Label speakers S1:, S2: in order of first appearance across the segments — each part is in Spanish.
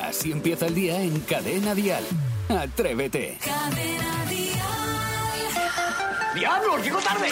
S1: Así empieza el día en Cadena Dial. Atrévete.
S2: ¡Diablos, llego tarde!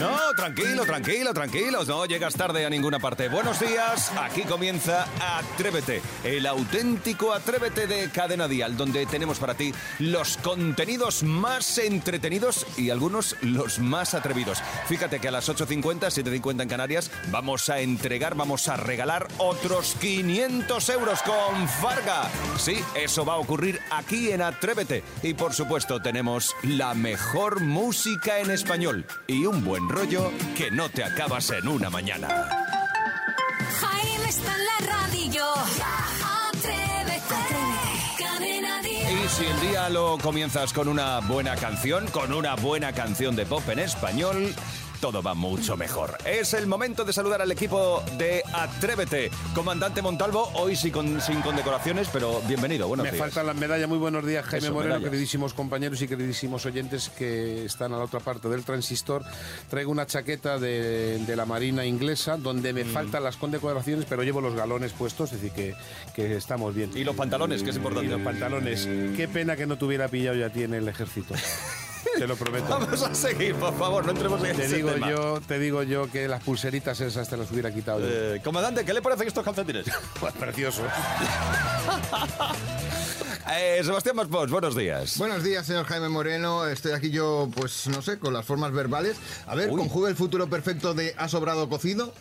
S3: No, tranquilo, tranquilo, tranquilos. No llegas tarde a ninguna parte. Buenos días. Aquí comienza Atrévete, el auténtico Atrévete de Cadena Dial, donde tenemos para ti los contenidos más entretenidos y algunos los más atrevidos. Fíjate que a las 8.50, 7.50 en Canarias, vamos a entregar, vamos a regalar otros 500 euros con Farga. Sí, eso va a ocurrir aquí en Atrévete. Y por supuesto, tenemos la mejor música en español y un buen rollo que no te acabas en una mañana.
S4: Jaime está en la radio. Atrévete. Cadena Dial.
S3: Y si el día lo comienzas con una buena canción, con una buena canción de pop en español, todo va mucho mejor. Es el momento de saludar al equipo de Atrévete. Comandante Montalvo, hoy sí con, sin condecoraciones, pero bienvenido. Buenos
S5: Me
S3: días.
S5: faltan las medallas. Muy buenos días, Jaime
S3: Eso,
S5: Moreno,
S3: medallas.
S5: queridísimos compañeros y queridísimos oyentes que están a la otra parte del transistor. Traigo una chaqueta de, de la Marina inglesa donde
S3: Mm.
S5: me faltan las condecoraciones, pero llevo los galones puestos, es decir, que, que estamos bien.
S3: Y los pantalones, que es
S5: Y
S3: importante.
S5: los pantalones. Qué pena que no te hubiera pillado ya a ti en el ejército. Te lo prometo.
S3: Vamos a seguir, por favor, no entremos en
S5: Te
S3: ese
S5: digo,
S3: tema.
S5: yo, te digo yo que las pulseritas esas te las hubiera quitado yo.
S3: Eh, comandante, ¿qué le parecen estos calcetines?
S5: Pues precioso.
S3: Eh, Sebastián Maspons, buenos días.
S6: Buenos días, señor Jaime Moreno. Estoy aquí yo, pues no sé, con las formas verbales. A ver,
S3: Uy.
S6: conjuga el futuro perfecto de ha sobrado cocido,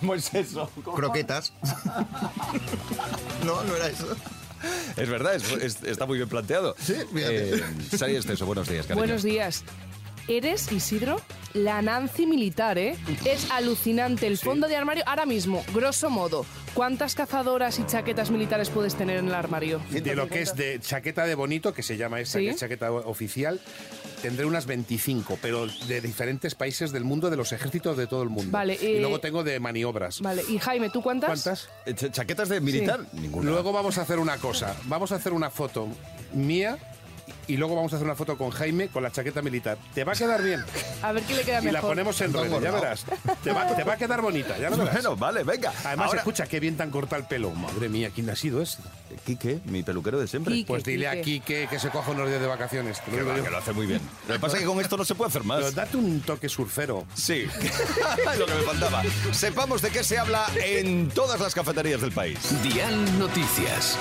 S3: ¿Cómo es eso? ¿Cómo?
S6: croquetas. no, no era eso.
S3: Es verdad, es- es- está muy bien planteado. Eh,
S6: Sí, fíjate.
S3: Sari Esteso, buenos días, cariño.
S7: Buenos días. ¿Eres, Isidro? La Nancy militar, ¿eh? Es alucinante. El fondo de armario, ahora mismo, grosso modo, ¿cuántas cazadoras y chaquetas militares puedes tener en el armario?
S5: de lo que es de chaqueta de bonito, que se llama esta,
S7: Sí.
S5: que es chaqueta oficial, tendré unas 25, pero de diferentes países del mundo, de los ejércitos de todo el mundo.
S7: Vale,
S5: y
S7: eh,
S5: luego tengo de maniobras.
S7: Vale, y Jaime, ¿tú cuántas?
S5: ¿Cuántas?
S3: Eh, cha- ¿Chaquetas de militar? Ninguna.
S5: Luego vamos a hacer una cosa. Vamos a hacer una foto mía y luego vamos a hacer una foto con Jaime con la chaqueta militar. Te va a quedar bien.
S7: A ver qué le queda
S5: Y la
S7: mejor.
S5: ponemos en redes, ya
S6: engordado.
S5: verás. Te va, te va a quedar bonita, ya lo verás.
S3: Bueno, vale, venga.
S5: Además,
S3: Ahora-
S5: escucha, qué bien tan corta el pelo. Madre mía, ¿quién ha sido este?
S3: Quique, mi peluquero de siempre.
S7: Quique.
S5: Pues dile a
S7: Quique.
S5: Quique que se coja unos días de vacaciones. te lo
S3: Que
S5: digo
S3: va,
S5: yo.
S3: que lo hace muy bien. Lo que pasa es que con esto no se puede hacer
S5: Pero
S3: más.
S5: date un toque surfero.
S3: Sí, es lo que me faltaba. Sepamos de qué se habla en todas las cafeterías del país.
S1: Dial Noticias.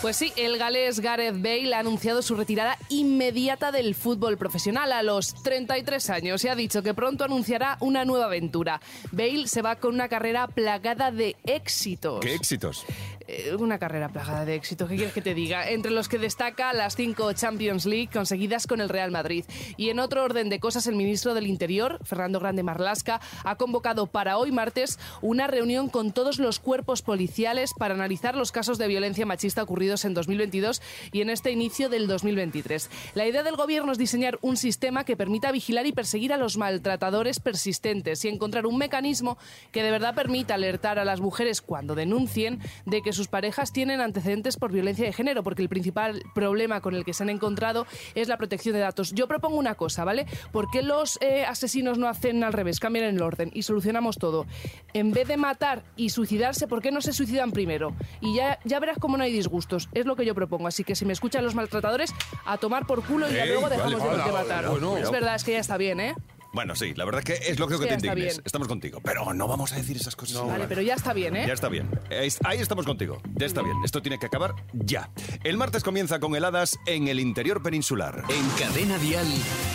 S7: Pues sí, el galés Gareth Bale ha anunciado su retirada inmediata del fútbol profesional a los 33 años y ha dicho que pronto anunciará una nueva aventura. Bale se va con una carrera plagada de éxitos.
S3: ¡Qué éxitos!
S7: Eh, una carrera plagada de éxitos, ¿qué quieres que te diga? Entre los que destaca las cinco Champions League conseguidas con el Real Madrid. Y en otro orden de cosas, el ministro del Interior, Fernando Grande Marlasca, ha convocado para hoy martes una reunión con todos los cuerpos policiales para analizar los casos de violencia machista ocurridos en 2022 y en este inicio del 2023. La idea del gobierno es diseñar un sistema que permita vigilar y perseguir a los maltratadores persistentes y encontrar un mecanismo que de verdad permita alertar a las mujeres cuando denuncien de que sus parejas tienen antecedentes por violencia de género, porque el principal problema con el que se han encontrado es la protección de datos. Yo propongo una cosa, ¿vale? ¿Por qué los eh, asesinos no hacen al revés, cambian el orden y solucionamos todo? En vez de matar y suicidarse, ¿por qué no se suicidan primero? Y ya, ya verás cómo no hay disgustos. Es lo que yo propongo. Así que si me escuchan los maltratadores, a tomar por culo y ya
S3: Ey,
S7: luego
S3: vale,
S7: dejamos de-
S3: hola,
S7: de matar.
S3: hola, bueno.
S7: es verdad, es que ya está bien, ¿eh?
S3: Bueno, sí, la verdad es que es lógico
S7: Sí,
S3: que te
S7: está
S3: indignes.
S7: bien.
S3: Estamos contigo. Pero no vamos a decir esas cosas. en la
S7: Vale,
S3: radio.
S7: pero ya está bien, ¿eh?
S3: Ya está bien. Eh, Ahí estamos contigo. Ya está bien. Esto tiene que acabar ya. El martes comienza con heladas en el interior peninsular.
S1: En Cadena Dial,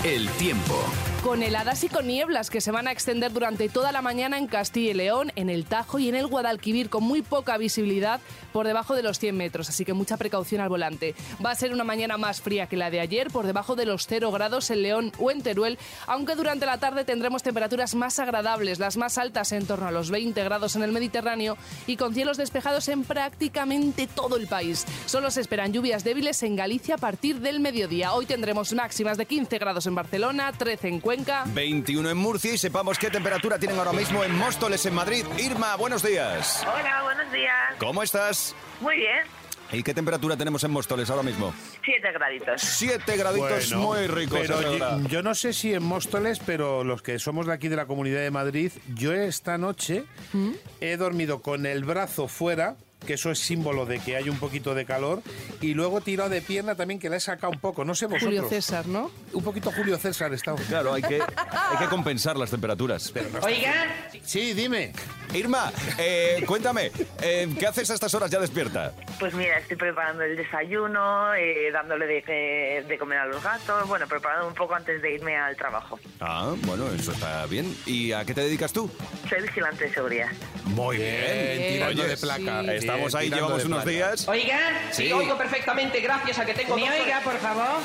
S1: el tiempo.
S7: Con heladas y con nieblas que se van a extender durante toda la mañana en Castilla y León, en el Tajo y en el Guadalquivir, con muy poca visibilidad por debajo de los 100 metros, así que mucha precaución al volante. Va a ser una mañana más fría que la de ayer, por debajo de los 0 grados en León o en Teruel, aunque durante la tarde tendremos temperaturas más agradables, las más altas en torno a los 20 grados en el Mediterráneo y con cielos despejados en prácticamente todo el país. Solo se esperan lluvias débiles en Galicia a partir del mediodía. Hoy tendremos máximas de 15 grados en Barcelona, 13 en Cuenca.
S3: 21 en Murcia y sepamos qué temperatura tienen ahora mismo en Móstoles, en Madrid. Irma, buenos días.
S8: Hola, buenos días.
S3: ¿Cómo estás?
S8: Muy bien.
S3: ¿Y qué temperatura tenemos en Móstoles ahora mismo?
S8: 7 graditos.
S3: 7 graditos
S5: Bueno,
S3: muy ricos.
S5: Pero
S3: es verdad.
S5: yo, yo no sé si en Móstoles, pero los que somos de aquí de la Comunidad de Madrid, yo esta noche
S7: ¿Mm?
S5: he dormido con el brazo fuera que eso es símbolo de que hay un poquito de calor y luego he tirado de pierna también que la he sacado un poco, no sé vosotros.
S7: Julio César, ¿no?
S5: Un poquito Julio César he estado.
S3: Claro, hay que, hay que compensar las temperaturas.
S8: Oiga,
S5: Sí, dime.
S3: Irma, eh, cuéntame, eh, ¿qué haces a estas horas ya despierta?
S8: pues mira, estoy preparando el desayuno, eh, dándole de, eh, de comer a los gatos, bueno, preparando un poco antes de irme al trabajo.
S3: Ah, bueno, eso está bien. ¿Y a qué te dedicas tú?
S8: Soy vigilante de seguridad.
S3: Muy
S5: Bien, tirando
S3: Oye,
S5: de placa.
S7: sí.
S5: bien,
S3: Estamos ahí,
S5: tirando
S3: llevamos
S5: de
S3: unos
S5: placa.
S3: días.
S2: Oiga, sí.
S3: Sí.
S2: oigo perfectamente gracias a que tengo dos orejas.
S8: por favor.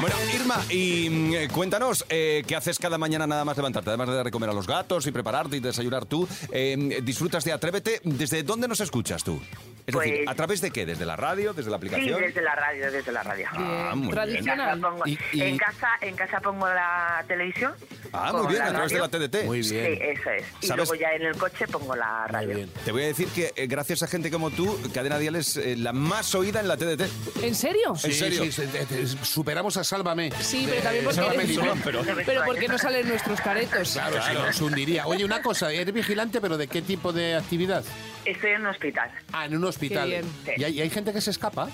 S3: Bueno, Irma, y mm, eh, cuéntanos, eh, ¿qué haces cada mañana nada más levantarte? Además de dar de comer a los gatos y prepararte y desayunar tú, eh, ¿disfrutas de Atrévete? ¿Desde dónde nos escuchas tú? Es
S8: Pues-
S3: decir, ¿a través de qué? ¿Desde la radio? ¿Desde la
S8: Sí,
S3: aplicación?
S8: desde la radio, desde la radio.
S3: Ah, muy
S8: En
S7: Tradicional.
S3: bien.
S8: casa, pongo,
S5: Y- y-
S8: En, casa, en casa pongo la televisión.
S3: Ah,
S8: con
S3: muy bien, a través de
S8: radio.
S3: la TDT.
S5: Muy
S8: Sí,
S5: bien.
S8: eso es. Y
S3: ¿Sabes?
S8: luego ya en el coche pongo la
S5: Muy
S8: radio.
S5: bien.
S3: Te voy a decir que eh, gracias a gente como tú, Cadena Dial es eh, la más oída en la TDT.
S7: ¿En serio?
S3: ¿En serio?
S5: sí, Eh, te- te- superamos a Sálvame.
S7: Sí,
S5: De-
S7: pero también porque-
S5: Sálvame Limón.
S3: pero-
S7: Pero porque no salen nuestros caretos.
S5: Claro, si nos hundiría. Oye, una cosa, ¿eres vigilante, pero de qué tipo de actividad?
S8: Estoy en un hospital.
S5: Ah, en un hospital.
S7: Qué bien.
S5: ¿Y hay, y hay gente que se escapa?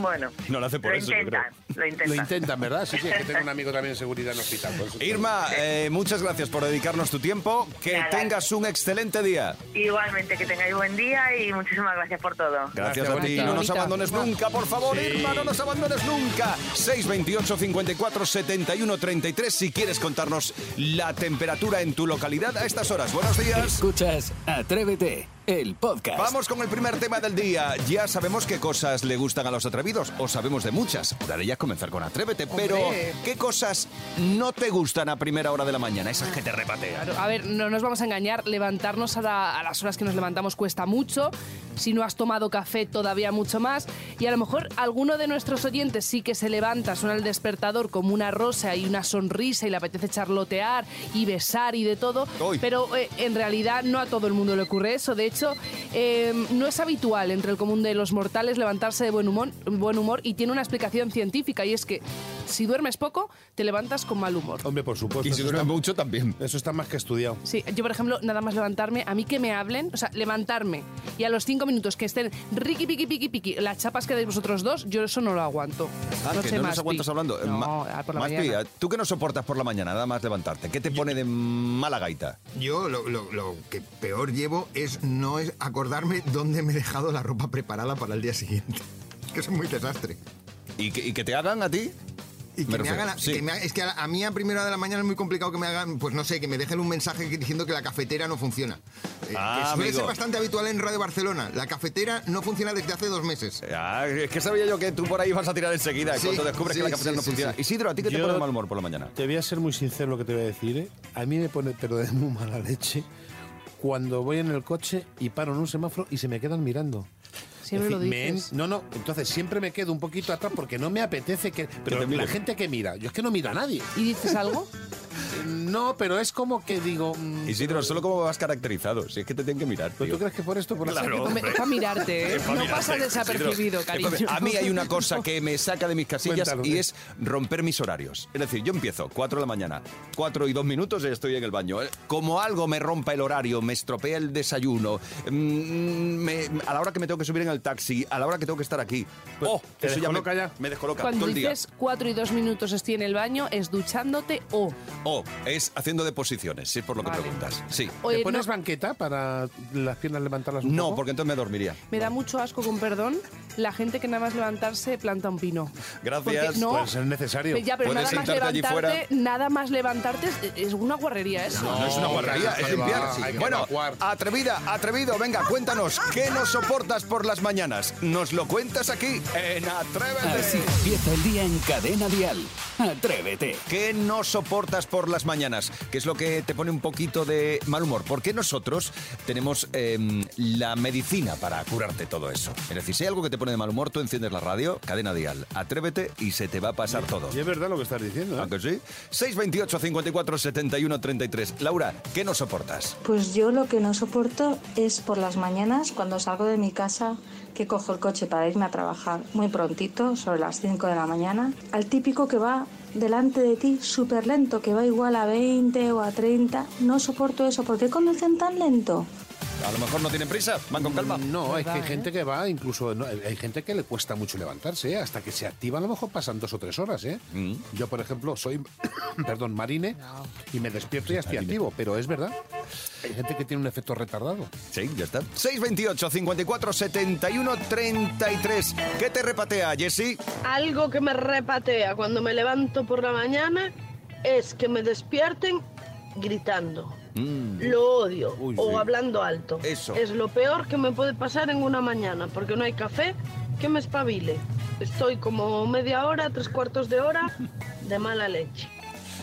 S8: Bueno,
S3: No lo hace por eso, yo
S8: intentan, lo intentan.
S5: Lo intentan, ¿verdad? Sí, sí, es que tengo un amigo también en seguridad en hospital. por eso-
S3: Irma, eh, muchas gracias por dedicarnos tu tiempo. Que
S8: Nada.
S3: tengas un excelente día.
S8: Igualmente, que tengáis buen día y muchísimas gracias por todo.
S3: Gracias,
S5: Gracias,
S3: a ti.
S5: bonita.
S3: No nos
S7: Bonita.
S3: abandones nunca, por favor, Irma, no nos abandones nunca. 628 54 71 33 si quieres contarnos la temperatura en tu localidad a estas horas. Buenos días.
S1: Escuchas Atrévete, el podcast.
S3: Vamos con el primer tema del día. Ya sabemos qué cosas le gustan a los atrevidos, o sabemos de muchas. Una de ellas comenzar con atrévete, pero
S7: Hombre.
S3: ¿qué cosas no te gustan a primera hora de la mañana? Esas que te repatean.
S7: Claro, a ver, no nos vamos a engañar, levantarnos a, la- a las horas que nos levantamos cuesta mucho, si no has tomado café todavía mucho más, y a lo mejor alguno de nuestros oyentes sí que se levanta, suena el despertador como una rosa y una sonrisa y le apetece charlotear y besar y de todo,
S3: Uy.
S7: pero eh, en realidad no a todo el mundo le ocurre eso, de hecho eh, no es habitual entre el común de los mortales levantarse de buen humor, buen humor y tiene una explicación científica y es que si duermes poco te levantas con mal humor.
S5: Hombre, por supuesto.
S3: Y si
S5: eso,
S3: duerme
S5: está,
S3: mucho también.
S5: eso está más que estudiado.
S7: Sí, yo por ejemplo, nada más levantarme, a mí que me hablen, o sea, levantarme y a los cinco minutos que estén riqui, piqui, piqui, piqui, las chapas que dais vosotros dos, yo eso no lo aguanto.
S3: Ah, que
S7: sé,
S3: no nos
S7: Maspi.
S3: aguantas hablando. Eh,
S7: No,
S3: Ma-
S7: ah, por la
S3: Maspi,
S7: mañana.
S3: ah, ¿tú que no soportas por la mañana nada más levantarte? ¿Qué te pone de mala gaita?
S6: Yo lo, lo- lo que peor llevo es no es acordarme dónde me he dejado la ropa preparada para el día siguiente. Que es muy desastre.
S3: ¿Y que, y que te hagan a ti?
S6: Y
S3: Me
S6: que me
S3: refiero,
S6: hagan a-
S3: sí.
S6: que me ha- es que a, la- a mí a primera hora de la mañana es muy complicado que me hagan, pues no sé, que me dejen un mensaje que- diciendo que la cafetera no funciona. Eh, que
S3: Ah,
S6: suele
S3: amigo.
S6: ser bastante habitual en Radio Barcelona. La cafetera no funciona desde hace dos meses.
S3: Ah, es que sabía yo que tú por ahí ibas a tirar enseguida
S6: Sí,
S3: cuando descubres que
S6: sí,
S3: la cafetera
S6: sí,
S3: no
S6: sí,
S3: funciona.
S6: sí.
S3: Isidro, ¿a ti qué te
S5: Yo-
S3: pone mal humor por la mañana?
S5: Te voy a ser muy sincero lo que te voy a decir, ¿eh? A mí me pone, pero de muy mala leche, cuando voy en el coche y paro en un semáforo y se me quedan mirando.
S3: ah,
S7: Siempre
S5: Es
S7: lo
S5: decir, me
S7: dices.
S5: en- no, no, entonces siempre me quedo un poquito atrás porque no me apetece que... Pero
S3: te
S5: la
S3: miren.
S5: gente que mira, yo es que no miro a nadie.
S7: ¿Y dices algo?
S5: No, pero es como que digo... mm,
S3: Isidro, solo cómo vas caracterizado. Si es que te tienen que mirar. tío.
S5: ¿Pero Pues tú crees que por esto, por la
S3: Claro.
S5: gente-
S7: Hombre, es para mirarte, ¿eh?
S3: Es pa'
S7: no
S3: mirarte,
S7: pasas desapercibido,
S3: Isidro.
S7: cariño.
S3: Entonces, a mí hay una cosa que me saca de mis casillas
S5: Cuéntalo,
S3: y
S5: ¿qué?
S3: es romper mis horarios. Es decir, yo empiezo 4 de la mañana, 4 y 2 minutos y estoy en el baño. Eh, Como algo me rompa el horario, me estropea el desayuno, mm, me- a la hora que me tengo que subir en el taxi, a la hora que tengo que estar aquí.
S5: Pues,
S3: oh,
S5: ¿te
S3: eso ya me,
S5: descoloca ya?
S3: me descoloca
S7: Cuando
S3: todo el día.
S7: dices cuatro y dos minutos estoy en el baño, es duchándote o...
S3: O Oh, es haciendo deposiciones, si es por lo que
S7: Vale.
S3: preguntas. Sí.
S7: o,
S5: ¿Te
S7: eh,
S5: pones
S7: no,
S5: banqueta para las piernas levantarlas un
S3: No,
S5: poco?
S3: porque entonces me dormiría.
S7: me da mucho asco, con perdón, la gente que nada más levantarse planta un pino.
S3: Gracias.
S7: Porque no,
S5: Pues es necesario.
S7: ya, pero
S3: Puedes
S7: nada más,
S3: sentarte allí
S7: levantarte, nada más levantarte, es- es una guarrería eso.
S3: No es una guarrería,
S5: claro,
S3: es
S5: ahí va,
S3: limpiar.
S5: hay que
S3: bueno,
S5: evacuar.
S3: atrevida, atrevido, venga, cuéntanos, ¿qué no soportas por las mañanas? Nos lo cuentas aquí en
S1: Así
S3: Atrévete.
S1: empieza el día en Cadena Dial. Atrévete.
S3: ¿Qué no soportas por las mañanas? mañanas, que es lo que te pone un poquito de mal humor. Porque nosotros tenemos em, la medicina para curarte todo eso. Es decir, si hay algo que te pone de mal humor, tú enciendes la radio, cadena dial, atrévete y se te va a pasar todo.
S5: Y es verdad lo que estás diciendo. ¿eh?
S3: ¿A ¿Ah, que sí? 628 54 71 33. Laura, ¿qué no soportas?
S9: Pues yo lo que no soporto es por las mañanas cuando salgo de mi casa que cojo el coche para irme a trabajar muy prontito, sobre las 5 de la mañana, al típico que va delante de ti súper lento, que va igual a 20 o a 30. No soporto eso. ¿Por qué conducen tan lento? Mm,
S3: A lo mejor no tienen prisa, van con calma.
S5: No, es que
S7: ¿Verdad,
S5: hay
S7: eh?
S5: gente que va, incluso no, hay gente que le cuesta mucho levantarse, ¿eh? hasta que se activa a lo mejor pasan dos o tres horas. ¿eh?
S3: Mm.
S5: Yo, por ejemplo, soy, perdón, marine y me despierto y ya estoy activo, pero es verdad. Hay gente que tiene un efecto retardado.
S3: Sí, ya está. 628 54 71 33. ¿Qué te repatea, Jessy?
S10: Algo que me repatea cuando me levanto por la mañana es que me despierten gritando.
S7: Mm.
S10: Lo odio
S3: Uy,
S10: o
S3: sí.
S10: hablando alto.
S3: Eso.
S10: Es lo peor que me puede pasar en una mañana porque no hay café que me espabile. Estoy como media hora, tres cuartos de hora de mala leche.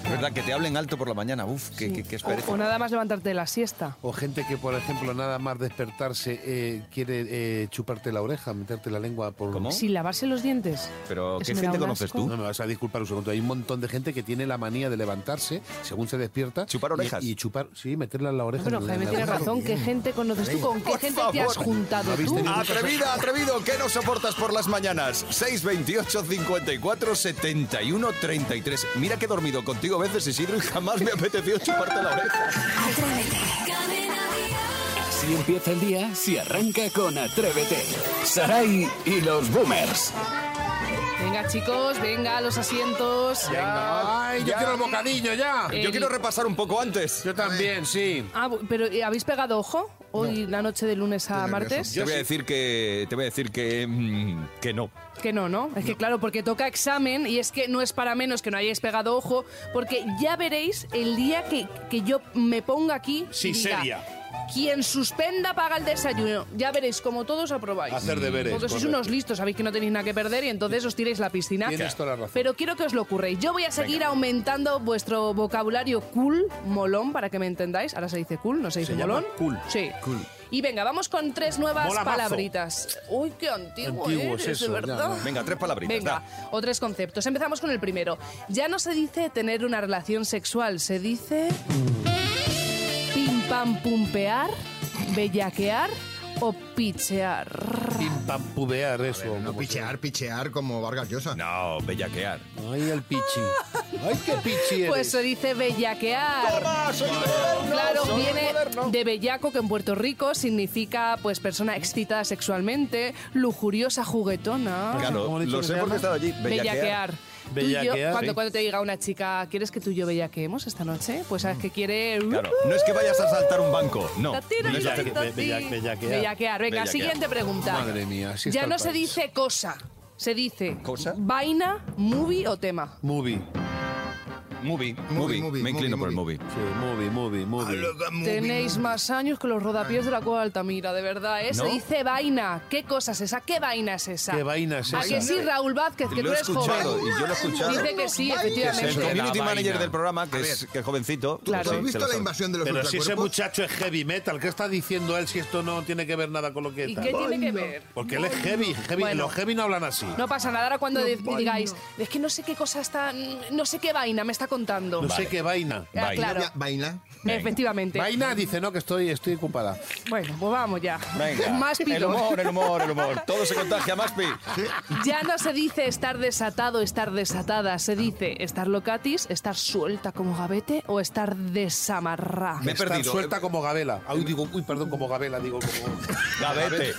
S3: Es verdad que te hablen alto por la mañana. Uf, qué, qué, qué aspereza.
S7: O nada más levantarte de la siesta.
S5: O gente que, por ejemplo, nada más despertarse eh, quiere eh, chuparte la oreja, meterte la lengua por...
S3: ¿Cómo?
S7: Sin lavarse los dientes.
S3: Pero,
S7: Eso
S3: ¿qué
S7: me da
S3: gente
S7: un
S3: conoces
S7: asco.
S3: tú?
S5: No me vas a disculpar un segundo. Hay un montón de gente que tiene la manía de levantarse según se despierta.
S3: Chupar
S5: y-
S3: orejas.
S5: Y, chupar, sí, meterla en la oreja.
S7: Bueno,
S5: en la-
S7: Jaime
S5: en la
S7: tiene
S5: oreja.
S7: razón. ¿Qué gente conoces tú? ¿Con qué
S3: Por
S7: gente te has
S3: favor.
S7: juntado
S5: ¿Habéis
S7: tú?
S5: tenido un caso-
S3: Atrevida, atrevido, ¿qué no soportas por las mañanas? 628 54 71 33. Mira que he dormido contigo veces, Isidro, y jamás me apeteció chuparte la oreja.
S4: Atrévete. Cadena Dial.
S1: Si empieza el día, si arranca con Atrévete. Sarai y los Boomers.
S7: Venga, chicos, venga, los asientos.
S5: Ay, yo quiero el bocadillo ya.
S7: Eh,
S3: Yo quiero repasar un poco antes.
S5: Yo también, sí.
S7: Ah, bu- pero ¿eh, ¿habéis pegado ojo hoy la noche de lunes a
S6: Estoy nervioso.
S7: martes?
S3: Te voy a decir que. Te voy a decir que. mm, que no.
S7: Que no, ¿no? Es que claro, porque toca examen y es que no es para menos que no hayáis pegado ojo, porque ya veréis el día que, que yo me ponga aquí. y
S5: Sí,
S7: diga,
S5: seria.
S7: Quien suspenda paga el desayuno. Ya veréis, como todos aprobáis.
S5: Hacer deberes,
S7: Porque sois
S5: correcto.
S7: unos listos, sabéis que no tenéis nada que perder y entonces os tiréis la piscina.
S5: Tienes toda la razón.
S7: Pero quiero que os lo ocurréis. Yo voy a seguir aumentando vuestro vocabulario cool, molón, para que me entendáis. Ahora se dice cool, no se dice
S5: Se llama
S7: molón.
S5: cool.
S7: Sí. Y venga, vamos con tres nuevas
S5: Mola mazo.
S7: palabritas. Uy, qué antiguo,
S5: Antiguo es
S7: eres,
S5: eso, ya,
S7: de verdad.
S5: ya.
S3: Venga, tres palabritas.
S7: Venga,
S3: da.
S7: o tres conceptos. Empezamos con el primero. Ya no se dice tener una relación sexual, se dice pim pam pumpear, bellaquear o pichear.
S5: Pim pam pubear eso.
S6: No
S5: como se-
S6: pichear, pichear como Vargas Llosa.
S3: Ah, pues No, bellaquear.
S5: Ay, el pichi. Ay, qué pichi eres.
S7: Pues se dice bellaquear. Claro, viene de bellaco, que en Puerto Rico significa pues persona excitada sexualmente, lujuriosa, juguetona.
S5: ¿cómo
S3: Claro,
S5: le he dicho
S3: lo
S5: que
S3: sé
S5: se
S3: porque
S5: llama?
S3: he estado allí.
S7: Bellaquear. Tú y yo-
S5: Bellaquear,
S7: cuando,
S5: sí.
S7: cuando te diga una chica, ¿quieres que tú y yo bellaqueemos esta noche? Pues sabes que quiere...
S3: Mm.
S7: uh,
S3: Claro, no es que vayas a saltar un banco, no.
S7: Tatira,
S3: No es
S7: tatira,
S3: así.
S5: bellaque-
S7: tatira.
S5: bellaque- bellaquear.
S7: Bellaquear. Venga,
S3: Bellaquear.
S7: siguiente pregunta.
S5: Madre mía, así
S7: Ya
S5: está
S7: no
S5: el
S7: se
S5: país.
S7: dice cosa, se dice
S3: ¿Cosa?
S7: vaina, movie o tema.
S5: Movie.
S3: Movie, movie,
S6: Movie, movie,
S3: me inclino
S6: movie,
S3: por el movie.
S5: Sí, movie, movie, movie.
S7: Tenéis más años que los rodapiés de la Cueva de Altamira, de verdad, ¿eh? Se
S3: ¿No?
S7: dice vaina. ¿Qué cosa es esa? ¿Qué vaina es esa?
S5: ¿Qué vaina es
S7: ¿A
S5: esa?
S7: que sí, Raúl Vázquez, que
S3: Lo
S7: tú
S3: he
S7: eres
S3: escuchado,
S7: joven?
S3: y yo lo he escuchado.
S7: Dice que sí, efectivamente.
S3: El
S5: eso?
S3: community
S5: La
S3: manager
S5: vaina.
S3: del programa, que
S6: A
S3: es,
S6: ver.
S3: que es jovencito.
S7: Claro.
S3: Sí,
S6: ¿Has
S3: se
S6: visto
S3: lo
S6: la
S3: sabe.
S6: invasión de los
S5: Pero si ese
S6: ultracuerpos?
S5: muchacho es heavy metal, ¿qué está diciendo él si esto no tiene que ver nada con lo que
S7: ¿Y
S5: tal?
S7: qué tiene que ver?
S5: Porque él es heavy, heavy
S7: Bueno.
S5: los heavy no hablan así.
S7: No pasa nada, ahora cuando de-
S6: vaina.
S7: digáis, es que no sé qué cosa está, no sé qué vaina me está contando.
S5: No sé qué vaina.
S7: Ah,
S3: Vaina.
S7: claro,
S6: Ya, Vaina.
S7: efectivamente.
S5: Vaina dice, no, que estoy, estoy ocupada.
S7: Bueno, pues vamos ya.
S3: Venga.
S7: Más
S3: el
S7: pilos.
S3: humor, el humor, el humor. Todo se contagia, Maspi.
S7: Ya no se dice estar desatado, estar desatada. Se dice estar locatis, estar suelta como gavete o estar desamarrada.
S3: Me he
S5: Estar
S3: perdido.
S5: suelta como Gabela. Ay, digo, uy, perdón, como Gabela, digo, como...
S3: Gavete.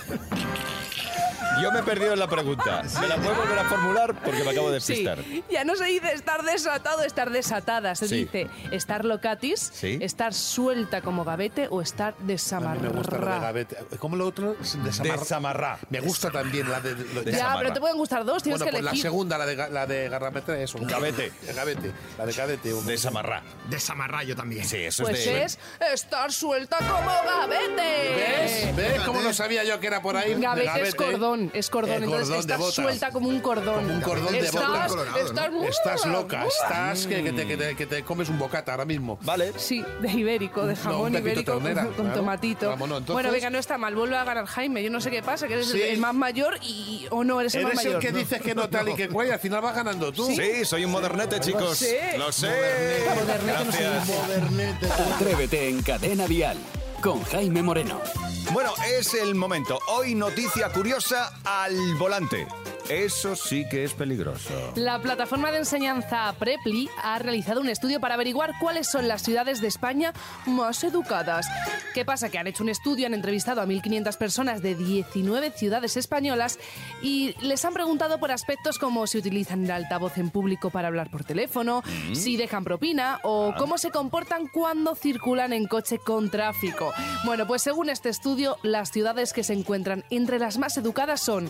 S3: Yo me he perdido en la pregunta. ¿Me la puedo volver a formular? Porque me acabo de
S7: Sí,
S3: despistar.
S7: ya no se dice estar desatado, estar desatada. Se
S3: Sí.
S7: dice estar locatis,
S3: Sí.
S7: estar suelta como gavete o
S5: A
S7: estar
S5: mí me gusta la de
S7: desamarrada.
S5: Gavete. ¿Cómo lo otro? Desamar-
S3: Desamarrá.
S5: Me gusta también la de... lo-
S3: Desamar-
S7: Ya, pero te pueden gustar dos, tienes
S5: Bueno,
S7: que
S5: pues la
S7: elegir.
S5: segunda, la de, ga- la de Garrapete, eso.
S3: Gavete.
S5: De Gavete. La de Gavete. o-
S3: Desamarrá.
S6: Desamarrallo también.
S3: Sí, eso
S7: pues
S3: es de...
S7: es estar suelta como gavete.
S5: ¿Ves? ¿Ves? cómo no sabía yo que era por ahí?
S7: Gavete es cordón, es cordón.
S5: Eh,
S7: Entonces
S5: cordón de
S7: estás
S5: botas.
S7: suelta como un cordón.
S5: Como un cordón de
S7: estás,
S5: botas.
S7: Estás,
S5: Estás
S7: Uh.
S5: loca, estás que, que te, que te- que te comes un bocata ahora mismo.
S3: Vale.
S7: Sí, de ibérico, de
S5: No,
S7: jamón
S5: un pepito
S7: ibérico con-
S5: ternera,
S7: con,
S5: claro.
S7: tomatito.
S5: Vámonos, entonces.
S7: Bueno, venga, no está mal. Vuelve a ganar Jaime. Yo no sé qué pasa, que eres
S5: Sí.
S7: el más mayor y o no eres el más
S5: Eres el
S7: mayor.
S5: que dices que no tal y que cual y al final vas ganando tú.
S3: Sí, soy un modernete, chicos.
S7: Sí.
S3: Lo sé. Gracias.
S1: Atrévete en Cadena Dial con Jaime Moreno.
S3: Bueno, es el momento. Hoy noticia curiosa al volante. Eso sí que es peligroso.
S7: La plataforma de enseñanza Prepli ha realizado un estudio para averiguar cuáles son las ciudades de España más educadas. ¿Qué pasa? Que han hecho un estudio, han entrevistado a 1.500 personas de 19 ciudades españolas y les han preguntado por aspectos como si utilizan el altavoz en público para hablar por teléfono, si dejan propina o cómo se comportan cuando circulan en coche con tráfico. Bueno, pues según este estudio, las ciudades que se encuentran entre las más educadas son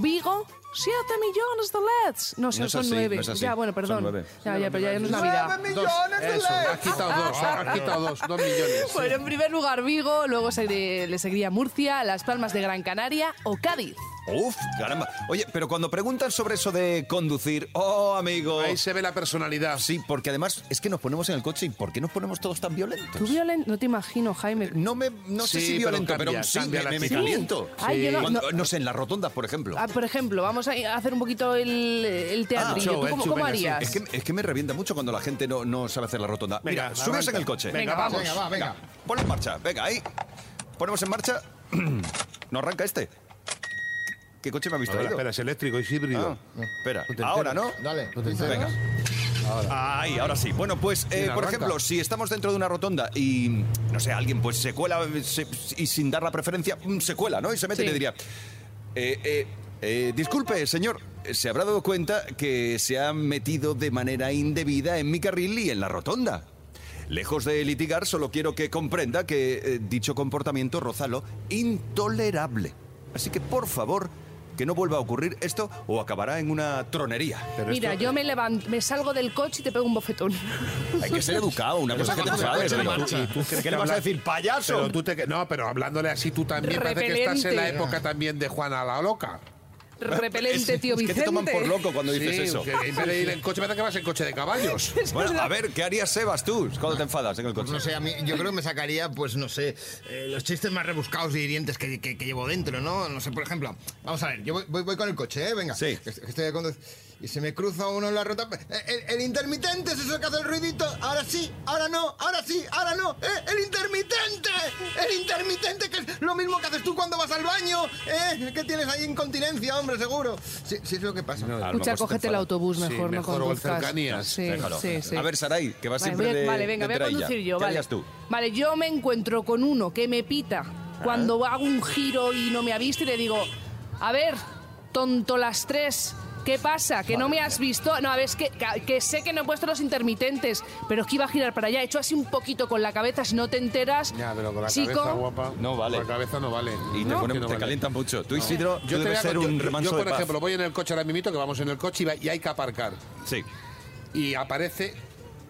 S7: Vigo, 7 millones de LEDs. No,
S3: No
S7: son,
S3: es
S7: son
S3: así,
S7: nueve.
S3: no es así.
S7: ya, bueno,
S3: Son nueve.
S7: perdón. Ya, ya, pero ya no es Navidad.
S5: Dos, eso, has quitado dos, has quitado dos, dos millones.
S7: Bueno, en primer lugar Vigo, luego se- le seguiría Murcia, Las Palmas de Gran Canaria o Cádiz.
S3: Uf, caramba. Oye, pero cuando preguntan sobre eso de conducir, oh, amigo.
S5: Ahí se ve la personalidad.
S3: Sí, porque además es que nos ponemos en el coche y ¿por qué nos ponemos todos tan violentos?
S7: Tú violen, no te imagino, Jaime.
S3: No me, no sé
S5: Sí,
S3: si
S5: pero
S3: violento, pero,
S5: cambia,
S3: sí,
S5: cambia
S3: me,
S5: la
S3: me- me
S5: actitud.
S3: caliento.
S7: Ay, yo no-
S3: Cuando- no,
S7: no-
S3: sé, en las rotondas, por ejemplo.
S7: Ah, por ejemplo, vamos a hacer un poquito el,
S3: Ah,
S7: el teatrillo.
S5: show,
S7: ¿Tú
S5: el
S7: cómo,
S5: show,
S7: cómo
S5: venga, sí.
S7: harías?
S3: eh, es, que, es que me revienta mucho cuando la gente no, no sabe hacer la rotonda.
S5: Venga,
S3: Mira, subes en
S5: arranca.
S3: el coche.
S5: Venga, vamos.
S6: Venga, va, venga.
S3: Pon en marcha, venga, ahí. Ponemos en marcha. no arranca este. ¿Qué coche me habéis
S5: Espera,
S3: traído?
S5: espera, es eléctrico, es híbrido.
S3: Ah, espera, ahora, ¿no?
S6: Dale, no te
S3: Venga.
S6: enteras.
S3: Ahí, ahora sí. Bueno, pues, eh, por
S6: arranca.
S3: ejemplo, si estamos dentro de una rotonda y, no sé, alguien pues se cuela eh, se- y sin dar la preferencia, mm, se cuela, ¿no? Y se mete y
S7: Sí.
S3: le diría, eh, eh, eh, disculpe, señor, se habrá dado cuenta que se ha metido de manera indebida en mi carril y en la rotonda. Lejos de litigar, solo quiero que comprenda que eh, dicho comportamiento roza lo intolerable. Así que, por favor, que no vuelva a ocurrir esto o acabará en una tronería.
S5: Pero
S7: Mira,
S5: esto-
S7: yo me levanto, me salgo del coche y te pego un bofetón.
S3: Hay que ser educado, una cosa que te sabes.
S5: Pero
S3: tío.
S5: tú- y tú crees
S3: ¿Qué
S5: que
S3: le vas a
S5: habla-
S3: decir, payaso?
S5: Pero tú te que- no, pero hablándole así tú también parece que estás en la
S7: Repelente.
S5: época también de Juana la loca.
S7: Repelente, tío
S3: es
S7: Vicente.
S3: que te toman por loco cuando dices
S5: Sí,
S3: eso.
S5: que en vez de ir en coche, parece que vas en coche de caballos.
S3: Bueno, a ver, ¿qué harías, Sebas, tú, cuando te enfadas en el
S6: Pues
S3: coche?
S6: no sé, a mí, yo creo que me sacaría, pues no sé, eh, los chistes más rebuscados y hirientes que, que- que llevo dentro, ¿no? No sé, por ejemplo, vamos a ver, yo voy, voy- voy con el coche, ¿eh? Venga,
S3: Sí.
S6: que est- que estoy condu- y se me cruza uno en la ruta. El, el- el intermitente es eso que hace el ruidito. Ahora sí, ahora no, ahora sí, ahora no. ¡Eh, ¡El intermitente! ¡El intermitente! Que es lo mismo que haces tú cuando vas al baño. ¿eh? Que tienes ahí incontinencia, hombre, seguro. Sí, sí es lo que pasa.
S3: A lo mejor se
S7: Escucha,
S3: te
S7: cógete el
S3: enfada.
S7: autobús
S5: Sí,
S7: mejor, no
S5: mejor o el
S7: conduzcas.
S5: cercanías.
S7: Sí,
S3: Déjalo.
S7: sí, sí.
S3: A ver, Saray, que vas
S7: vale,
S3: siempre
S7: voy a-
S3: de
S7: vale, venga,
S3: de
S7: voy a
S3: perilla.
S7: conducir yo.
S3: ¿Qué
S7: Vale.
S3: harías tú?
S7: Vale, yo me encuentro con uno que me pita cuando hago un giro y no me ha visto y le digo, a ver, tonto las tres. ¿Qué pasa? ¿Que no me has visto? No, a ver, es que, que- que sé que no he puesto los intermitentes, pero es que iba a girar para allá. He hecho así un poquito con la cabeza, si no te enteras.
S5: Ya, pero con la
S7: chico,
S5: cabeza guapa.
S3: No vale.
S5: Con la cabeza no vale.
S3: Y te,
S5: No,
S3: ponen-
S5: que no
S3: te
S5: vale.
S3: calientan mucho. Tú, Isidro, tú
S5: Yo, te voy
S3: debes
S5: a-
S3: ser
S5: yo-
S3: un
S5: yo-
S3: remanso
S5: yo, por
S3: de paz.
S5: ejemplo, voy en el coche ahora mismo, que vamos en el coche y, va- y hay que aparcar.
S3: Sí.
S5: Y aparece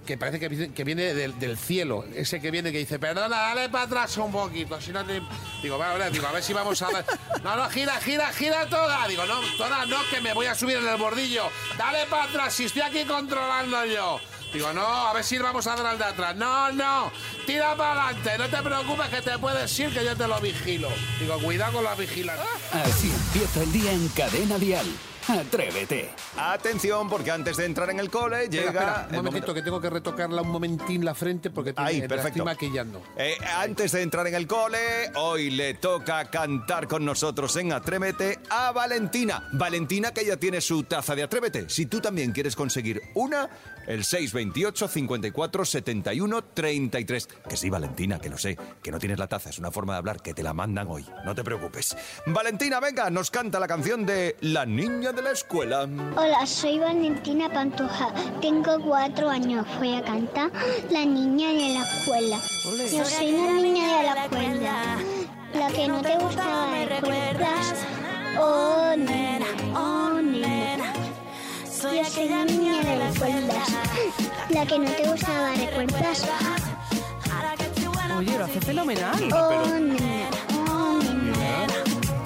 S5: que parece que, viene- que viene del, del cielo. Ese que viene que dice, perdona, dale para atrás un poquito. Si no te-". Digo, vale, vale, digo, a ver si vamos a dar. No, no, gira, gira, gira toda. Digo, no, toda no, que me voy a subir en el bordillo. Dale para atrás, si estoy aquí controlando yo. Digo, no, a ver si vamos a dar al de atrás. No, no, tira para adelante, no te preocupes que te puedes ir, que yo te lo vigilo. Digo, cuidado con la vigilancia.
S1: Así empieza el día en Cadena Dial. Atrévete.
S3: Atención, porque antes de entrar en el cole llega.
S5: Espera, espera,
S3: el
S5: un momentito, que tengo que retocarla un momentín la frente porque tiene
S3: Ahí,
S5: la
S3: perfecto.
S5: cima que ya no.
S3: Eh, antes de entrar en el cole, hoy le toca cantar con nosotros en Atrévete a Valentina. Valentina que ya tiene su taza de Atrévete. Si tú también quieres conseguir una, el 628 54 71 33. Que sí, Valentina, que lo sé, que no tienes la taza, es una forma de hablar, que te la mandan hoy. No te preocupes. Valentina, venga, nos canta la canción de La niña de la escuela.
S11: Hola, soy Valentina Pantoja. Tengo cuatro años. Voy a cantar La niña de la escuela. Yo soy una niña de la escuela. La que no te gustaba me recuerdas. Oh, nena, oh, nena. Yo soy una niña de la escuela. La que no te gustaba, ¿recuerdas?
S7: Oye, lo hace fenomenal.
S11: Oh, nena, oh, nena.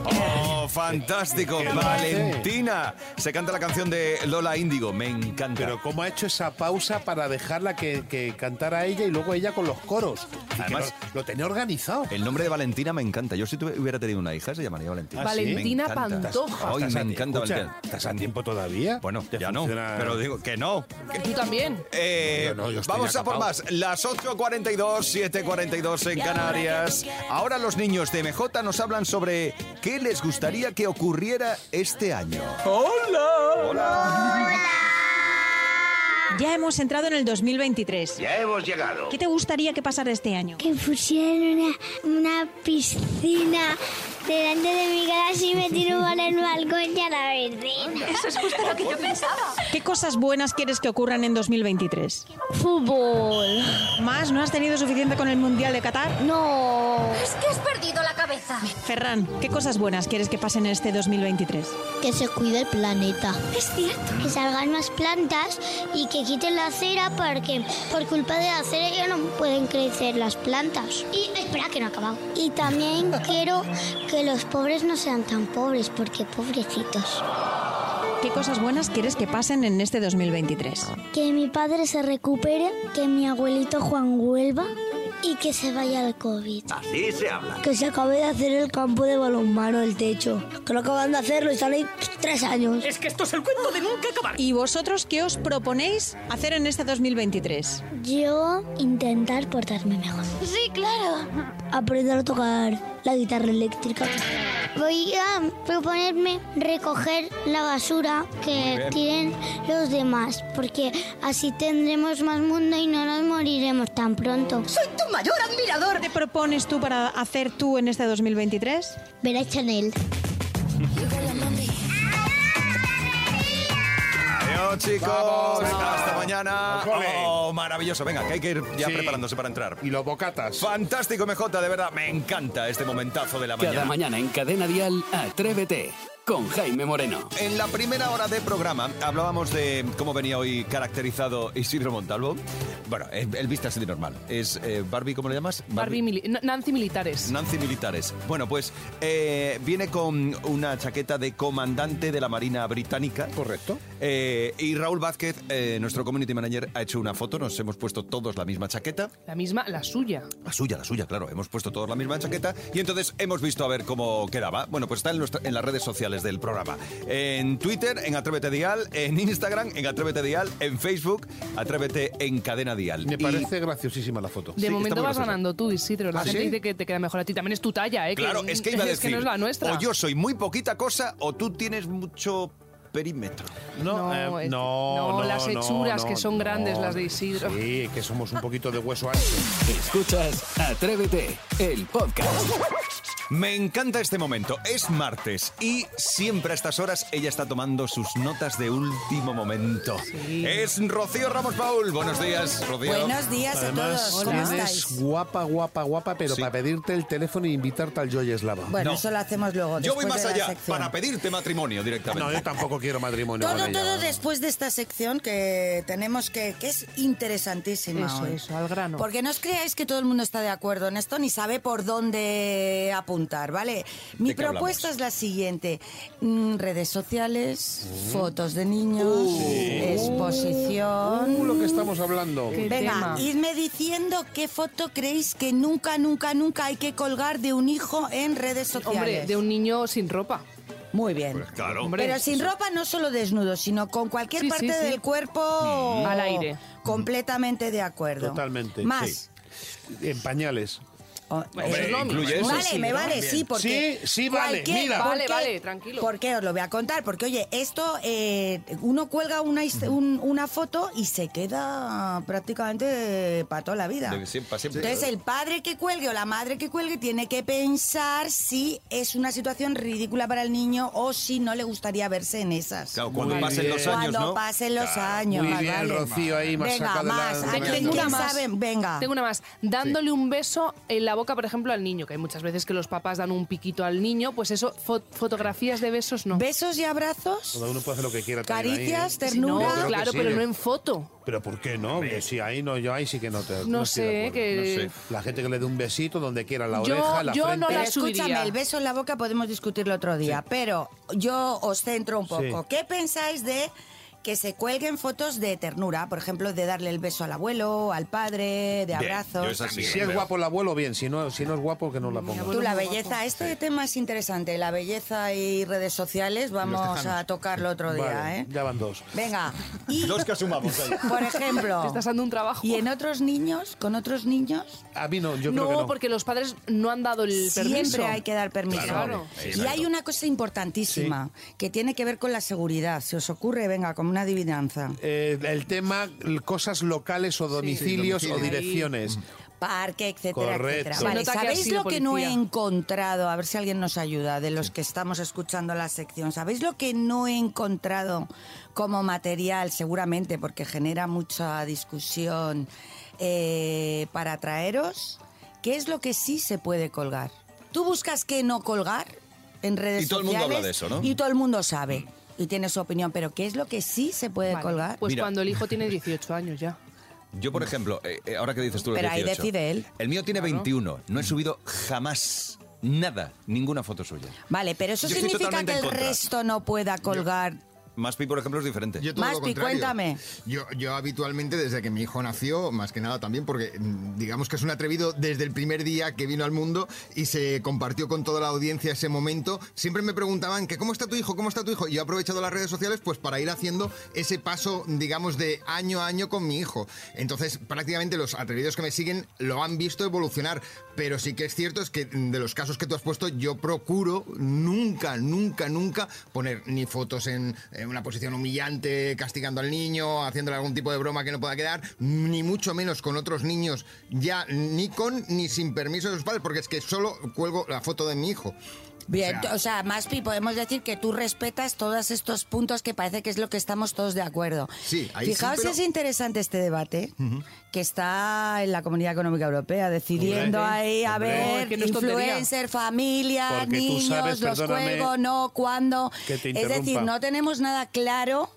S3: Oh, Fantástico, Valentina. Se canta la canción de Lola Índigo, me encanta.
S5: Pero cómo ha hecho esa pausa para dejarla que, que cantara ella y luego ella con los coros. Y que
S3: Además- eh,
S5: lo, lo tenía organizado.
S3: El nombre de Valentina me encanta. Yo si tuve- hubiera tenido una hija se llamaría Valentina.
S7: ¿Ah, sí? Valentina
S3: Me encanta.
S7: Pantoja.
S3: Ay,
S5: ¿Estás
S3: me
S5: a ti-
S3: encanta
S5: escucha,
S3: Valentina.
S5: ¿Estás a tiempo todavía?
S3: Bueno, ya no,
S5: funciona-
S3: pero digo que no.
S7: Que tú también.
S3: Eh,
S5: No, no, yo estoy
S3: vamos a por
S5: acabado.
S3: más. Las 8.42, 7.42 en Canarias. Ahora los niños de MJ nos hablan sobre qué les gustaría que ocurriera este año.
S12: Ya hemos entrado en el 2023.
S2: Ya hemos llegado.
S12: ¿Qué te gustaría que pasara este año?
S11: Que pusieran una, una piscina delante de mi casa y me tiro por el balcón y a la vecina.
S12: Eso es justo lo que yo pensaba. ¿Qué cosas buenas quieres que ocurran en 2023?
S13: Fútbol.
S12: ¿Más? ¿No has tenido suficiente con el Mundial de Qatar?
S13: No.
S12: Es que has perdido la cabeza. Ferran, ¿qué cosas buenas quieres que pasen en este 2023?
S11: Que se cuide el planeta. Es cierto. Que salgan más plantas y que quiten la cera porque por culpa de la cera ya no pueden crecer las plantas. Y espera que no he acabado. Y también quiero que los pobres no sean tan pobres porque pobrecitos.
S12: ¿Qué cosas buenas quieres que pasen en este 2023?
S11: Que mi padre se recupere, que mi abuelito Juan vuelva y que se vaya al COVID.
S2: Así se habla.
S13: Que se acabe de hacer el campo de balonmano, el techo. Que lo acaban de hacerlo y están ahí tres años.
S12: Es que esto es el cuento de nunca acabar. ¿Y vosotros qué os proponéis hacer en este 2023?
S11: Yo intentar portarme mejor. Sí, claro.
S13: Aprender a tocar la guitarra eléctrica.
S11: Voy a proponerme recoger la basura
S13: Muy
S11: que
S13: bien.
S11: tiren los demás, porque así tendremos más mundo y no nos moriremos tan pronto. Soy tu mayor admirador.
S12: ¿Te propones tú para hacer tú en este 2023?
S11: Ver a Chanel.
S3: Adiós, chicos. Hasta mañana.
S5: Al cole.
S3: Oh, maravilloso. Venga, que hay que ir ya
S5: Sí.
S3: preparándose para entrar.
S5: Y los bocatas.
S3: Fantástico, MJ, de verdad. Me encanta este momentazo de la
S1: Cada mañana en Cadena Dial, Atrévete con Jaime Moreno.
S3: En la primera hora de programa hablábamos de cómo venía hoy caracterizado Isidro Montalvo. Bueno, él él viste así de normal. Es eh, Barbie, ¿cómo le llamas?
S7: Barbie mili- N- Nancy Militares.
S3: Nancy Militares. Bueno, pues eh, viene con una chaqueta de comandante de la Marina Británica.
S5: Correcto.
S3: Eh, y Raúl Vázquez, eh, nuestro community manager, ha hecho una foto. Nos hemos puesto todos la misma chaqueta.
S7: La misma, la suya.
S3: La suya, la suya, claro. Hemos puesto todos la misma chaqueta y entonces hemos visto a ver cómo quedaba. Bueno, pues está en, nuestra- en las redes sociales del programa. En Twitter, en Atrévete Dial, en Instagram, en Atrévete Dial, en Facebook, Atrévete en Cadena Dial.
S5: Me
S3: Y-
S5: parece graciosísima la foto.
S7: De momento vas ganando tú, Isidro. La
S5: ¿Ah,
S7: gente
S5: sí?
S7: dice que te queda mejor a ti. También es tu talla, ¿eh?
S3: Claro, es que iba a decir,
S7: no es la nuestra.
S3: o yo soy muy poquita cosa o tú tienes mucho perímetro.
S7: No,
S5: eh,
S7: es-
S5: no,
S7: no, las
S5: no,
S7: hechuras
S5: no,
S7: que son
S5: no.
S7: grandes, las de Isidro.
S5: Sí, que somos un poquito de hueso ancho.
S1: Escuchas Atrévete, el podcast.
S3: Me encanta este momento. Es martes y siempre a estas horas ella está tomando sus notas de último momento. Es Rocío Ramos Paul. Buenos días, Rocío.
S14: Buenos días a
S5: Además,
S14: todos, ¿cómo
S3: este
S5: eres
S14: estáis?
S5: guapa, guapa, guapa, pero
S3: Sí.
S5: para pedirte el teléfono e invitarte al Joy Slava.
S14: Bueno,
S3: No.
S14: eso lo hacemos luego.
S3: Yo voy
S14: después
S3: más
S14: de la
S3: allá
S14: sección.
S3: para pedirte matrimonio directamente.
S5: No, yo tampoco quiero matrimonio con
S14: Todo,
S5: ella.
S14: todo después de esta sección que tenemos que, que es interesantísima.
S7: Eso,
S14: hoy.
S7: eso, al grano.
S14: Porque no os creáis que todo el mundo está de acuerdo en esto ni sabe por dónde apuntar, ¿vale? Mi
S3: ¿De qué
S14: propuesta es la siguiente: Mm, redes sociales, fotos de niños, exposición.
S5: Uh, lo que estamos hablando.
S14: Venga, idme diciendo qué foto creéis que nunca, nunca, nunca hay que colgar de un hijo en redes sociales.
S7: Hombre, de un niño sin ropa.
S14: Muy bien.
S3: Pues Claro.
S7: Hombre.
S14: Pero sin ropa, no solo desnudo, sino con cualquier
S7: Sí, sí,
S14: parte
S7: sí.
S14: del cuerpo. o-
S7: Al aire.
S14: Completamente de acuerdo.
S5: Totalmente.
S14: Más.
S5: sí. En pañales.
S14: O-
S3: Hombre,
S14: eh,
S3: incluye eso,
S14: Vale,
S3: sí,
S14: me
S3: ¿no?
S14: vale,
S3: Bien.
S14: sí, porque.
S5: Sí, sí, vale,
S14: cualquier-
S5: mira.
S7: Vale,
S14: porque-
S7: vale, tranquilo.
S14: ¿Por qué os lo voy a contar? Porque, oye, esto, eh, uno cuelga una, his- un- una foto y se queda prácticamente para toda la vida.
S3: De siempre, pa' siempre.
S14: Entonces, el padre que cuelgue o la madre que cuelgue tiene que pensar si es una situación ridícula para el niño o si no le gustaría verse en esas.
S3: Claro, cuando
S5: Muy
S3: pasen
S5: bien.
S3: los años,
S14: Cuando
S3: ¿no?
S14: pasen los
S3: Claro.
S14: años.
S5: Muy
S14: más
S5: bien,
S14: vale.
S5: Rocío, ahí más
S14: Venga,
S5: saca de la-
S14: más.
S5: de la-
S14: ¿Quién
S7: Tengo una más.
S14: sabe? Venga.
S7: Tengo una más. Dándole un beso en la boca, por ejemplo, al niño, que hay muchas veces que los papás dan un piquito al niño, pues eso, fo- fotografías de besos no.
S14: Besos y abrazos.
S5: Cada uno puede hacer lo que quiera. también ahí,
S14: Caricias,
S5: ¿eh?
S14: ternura.
S5: Yo creo que
S7: claro,
S5: sí.
S7: pero no en foto.
S5: Pero ¿por qué no? Hombre, sí, ahí no, yo ahí sí que no te.
S7: No
S5: estoy de
S7: sé,
S5: acuerdo.
S7: que-
S5: No sé. La gente que le dé un besito donde quiera, en la
S14: Yo-
S5: oreja, en la
S14: yo no
S5: frente.
S14: la Pero escúchame, subiría. el beso en la boca podemos discutirlo otro día, pero yo os centro un poco.
S5: Sí.
S14: ¿Qué pensáis de que se cuelguen fotos de ternura? Por ejemplo, de darle el beso al abuelo, al padre, de abrazos.
S5: Si es guapo el abuelo, bien. Si no, si no es guapo, que no la ponga.
S14: Tú, la belleza, este tema es interesante. La belleza y redes sociales, vamos
S5: tejanos.
S14: a tocarlo otro día,
S5: Vale,
S14: ¿eh?
S5: Ya van dos.
S14: Venga,
S5: Dos que asumamos. ahí.
S14: por ejemplo.
S7: Te estás dando un trabajo.
S14: ¿Y en otros niños? ¿Con otros niños?
S5: A mí no, yo
S7: no,
S5: creo que no.
S7: porque los padres no han dado el
S14: Siempre
S7: permiso.
S14: hay que dar permiso.
S7: Claro.
S14: Y hay una cosa importantísima que tiene que ver con la seguridad. Se os ocurre, venga, como una adivinanza.
S5: Eh, el tema, l- cosas locales o domicilios
S14: Sí,
S5: o
S14: domicilio.
S5: direcciones.
S14: Parque, etcétera,
S5: Correcto.
S14: etcétera.
S5: Se
S14: Vale,
S5: nota que has
S14: ¿sabéis
S5: sido
S14: lo que no he
S5: policía.
S14: encontrado? A ver si alguien nos ayuda, de los que estamos escuchando la sección. ¿Sabéis lo que no he encontrado como material, seguramente, porque genera mucha discusión eh, para traeros? ¿Qué es lo que sí se puede colgar? ¿Tú buscas qué no colgar en redes sociales?
S3: Y todo el mundo habla de eso, ¿no? Mm.
S14: Y todo el mundo sabe. Y tiene su opinión, pero ¿qué es lo que sí se puede
S7: Vale,
S14: colgar?
S7: Pues
S3: Mira.
S7: cuando el hijo tiene 18 años ya.
S3: Yo, por ejemplo, eh, eh, ahora que dices tú los
S7: Pero ahí
S3: 18.
S7: decide él.
S3: El mío tiene
S7: Claro.
S3: 21. No he subido jamás nada, ninguna foto suya.
S14: Vale, pero eso
S3: Yo estoy
S14: significa
S3: totalmente
S14: que
S3: en
S14: el
S3: contra.
S14: resto no pueda colgar
S3: Maspi, por ejemplo, es diferente.
S14: todo lo Maspi, contrario. cuéntame.
S15: Yo, yo habitualmente, desde que mi hijo nació, más que nada también, porque mm, digamos que es un atrevido desde el primer día que vino al mundo y se compartió con toda la audiencia ese momento, siempre me preguntaban que cómo está tu hijo, cómo está tu hijo. Y yo he aprovechado las redes sociales pues para ir haciendo ese paso, digamos, de año a año con mi hijo. Entonces, prácticamente los atrevidos que me siguen lo han visto evolucionar. Pero sí que es cierto es que mm, de los casos que tú has puesto, yo procuro nunca, nunca, nunca poner ni fotos en, en una posición humillante, castigando al niño, haciéndole algún tipo de broma que no pueda quedar, ni mucho menos con otros niños, ya ni con ni sin permiso de sus padres, porque es que solo cuelgo la foto de mi hijo.
S14: Bien,
S15: O sea,
S14: o sea, Maspi, podemos decir que tú respetas todos estos puntos que parece que es lo que estamos todos de acuerdo.
S15: Sí, ahí sí,
S14: Fijaos,
S15: pero-
S14: es interesante este debate que está en la Comunidad Económica Europea decidiendo
S12: Hombre,
S14: ahí a
S12: hombre.
S14: ver
S12: Oh, que no es tontería.
S14: influencer, familia,
S12: Porque tú
S14: niños,
S12: sabes,
S14: los
S12: perdóname,
S14: juegos, no, cuándo.
S12: que te
S14: es decir,
S12: interrumpa.
S14: no tenemos nada claro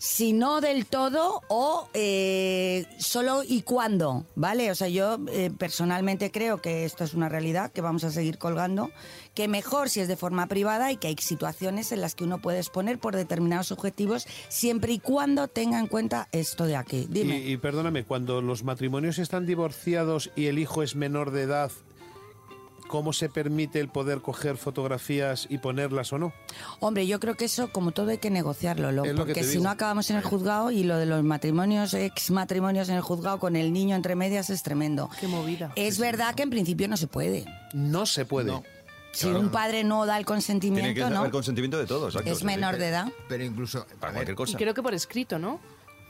S14: si no del todo o eh, solo y cuándo, ¿vale? O sea, yo eh, personalmente creo que esto es una realidad, que vamos a seguir colgando, que mejor si es de forma privada y que hay situaciones en las que uno puede exponer por determinados objetivos siempre y cuando tenga en cuenta esto de aquí. Dime.
S5: Y, y perdóname, cuando los matrimonios están divorciados y el hijo es menor de edad, ¿cómo se permite el poder coger fotografías y ponerlas o no?
S14: Hombre, yo creo que eso, como todo, hay que negociarlo, Lo,
S5: Es lo que
S14: porque
S5: te
S14: si
S5: digo.
S14: no acabamos en el juzgado y lo de los matrimonios, ex matrimonios en el juzgado con el niño entre medias es tremendo.
S7: Qué movida.
S14: Es verdad que en principio no se puede.
S5: No se puede.
S14: Si un padre no da el
S3: Tiene que
S14: consentimiento,
S3: haber
S14: ¿no?
S3: consentimiento de todos. exacto,
S14: Es
S3: sí,
S14: menor
S3: sí.
S14: de edad.
S15: Pero incluso...
S3: Para cualquier
S7: Y
S3: cosa.
S7: creo que por escrito, ¿no?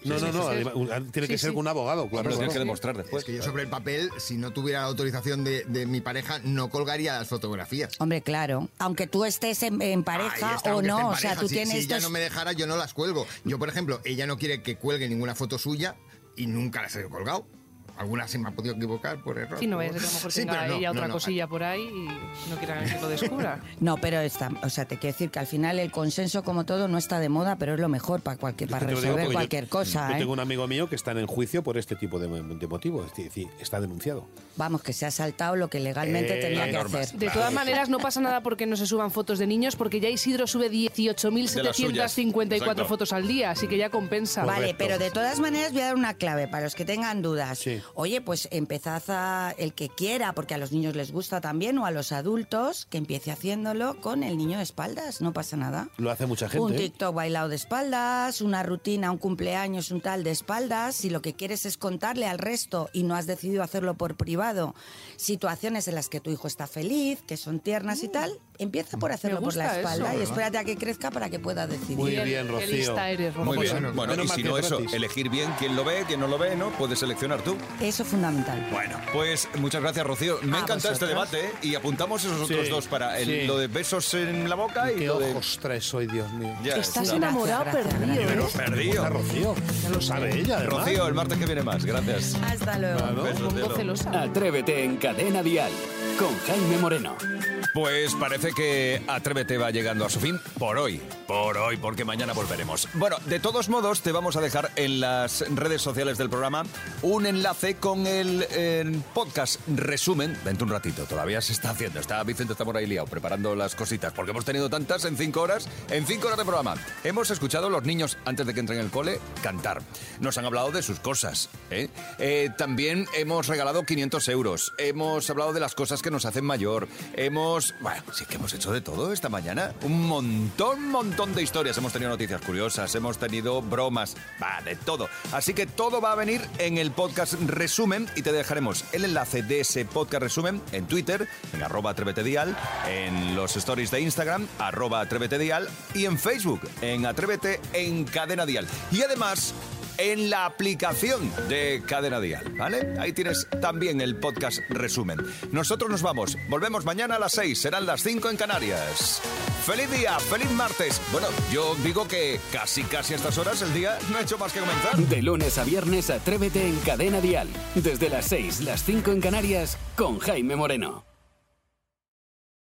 S5: No, no, no.
S15: Sí,
S5: además, un- Tiene que
S15: Sí,
S5: ser
S15: sí.
S5: con un abogado, claro.
S3: Hombre, lo tienes que
S5: claro.
S3: demostrar después.
S15: Es que yo sobre el papel, si no tuviera la autorización de, de mi pareja, no colgaría las fotografías.
S14: Hombre, claro. Aunque tú estés en, en pareja
S15: Ahí está,
S14: o
S15: aunque esté
S14: no,
S15: en
S14: o sea,
S15: pareja.
S14: tú
S15: si,
S14: tienes
S15: si ella
S14: estos-
S15: no me dejara, yo no las cuelgo. Yo, por ejemplo, ella no quiere que cuelgue ninguna foto suya y nunca las he colgado. Algunas se me ha podido equivocar por error.
S7: Sí, no vayas a ser que a lo mejor
S15: Sí,
S7: tenga
S15: pero no,
S7: ella
S15: no,
S7: otra
S15: no.
S7: cosilla por ahí y no quiera que lo descubra.
S14: No, pero está, o sea, te quiero decir que al final el consenso, como todo, no está de moda, pero es lo mejor para cualquier, para
S5: Te lo digo
S14: resolver
S5: porque yo-
S14: cualquier cosa.
S5: Yo
S14: ¿eh?
S5: tengo un amigo mío que está en juicio por este tipo de, de motivo. Es decir, está denunciado.
S14: Vamos, que se ha saltado lo que legalmente
S5: Eh,
S14: tenía
S5: hay
S14: que
S5: normas,
S14: hacer.
S7: De todas maneras, no pasa nada porque no se suban fotos de niños, porque ya Isidro sube
S14: De las suyas,
S7: 18.754
S14: exacto.
S7: fotos al día, así que ya compensa.
S14: Vale, pero de todas maneras voy a dar una clave para los que tengan dudas. Oye, pues empezad a el que quiera, porque a los niños les gusta también, o a los adultos, que empiece haciéndolo con el niño de espaldas, no pasa nada.
S5: Lo hace mucha gente.
S14: Un
S5: ¿eh?
S14: TikTok bailado de espaldas, una rutina, un cumpleaños, un tal de espaldas. Si lo que quieres es contarle al resto y no has decidido hacerlo por privado, situaciones en las que tu hijo está feliz, que son tiernas y tal, empieza por hacerlo por la
S7: Mm. gusta
S14: espalda
S7: eso.
S14: y espérate a que crezca para que pueda decidir.
S5: Muy bien, Rocío.
S3: Muy bien. Bueno,
S5: Menos
S3: y
S5: mal
S3: si
S5: que
S3: no
S5: es
S3: eso,
S5: gratis.
S3: elegir bien quién lo ve, quién no lo ve, ¿no? Puedes seleccionar tú.
S14: Eso es fundamental.
S3: Bueno, pues muchas gracias, Rocío. Me ha
S14: A
S3: encantado este
S14: vosotros.
S3: debate ¿eh? y apuntamos esos otros
S5: Ah, Sí,
S3: dos para el-
S5: sí.
S3: lo de besos en la boca y
S5: Qué
S3: lo de...
S5: ojos traes soy Dios mío.
S3: Ya
S7: Estás
S3: está.
S7: enamorado perdido,
S3: Pero
S7: ¿eh?
S3: perdido.
S5: Rocío. Ya lo sabe ella, además.
S3: Rocío, el martes que viene más. Gracias.
S14: Hasta luego.
S3: Besos, cielo.
S1: Atrévete en Cadena Dial con Jaime Moreno.
S3: Pues parece que Atrévete va llegando a su fin por hoy. Por hoy, porque mañana volveremos. Bueno, de todos modos, te vamos a dejar en las redes sociales del programa un enlace con el eh, podcast resumen. Vente un ratito, todavía se está haciendo. Está Vicente está por ahí liado preparando las cositas, porque hemos tenido tantas en cinco horas. En cinco horas de programa, hemos escuchado a los niños antes de que entren en el cole cantar. Nos han hablado de sus cosas. ¿eh? Eh, también hemos regalado 500 euros. Hemos hablado de las cosas que nos hacen mayor. Hemos. Bueno, sí que hemos hecho de todo esta mañana. Un montón, montón de historias. Hemos tenido noticias curiosas, hemos tenido bromas. Va, de todo. Así que todo va a venir en el podcast resumen y te dejaremos el enlace de ese podcast resumen en Twitter, en arroba atrévete dial, en los stories de Instagram, arroba atrévete dial y en Facebook, en atrévete en cadena dial. Y además en la aplicación de Cadena Dial, ¿vale? Ahí tienes también el podcast resumen. Nosotros nos vamos, volvemos mañana a las 6, serán las 5 en Canarias. ¡Feliz día! ¡Feliz martes! Bueno, yo digo que casi casi a estas horas el día no ha hecho más que comenzar.
S1: De lunes a viernes, atrévete en Cadena Dial. Desde las 6, las 5 en Canarias, con Jaime Moreno.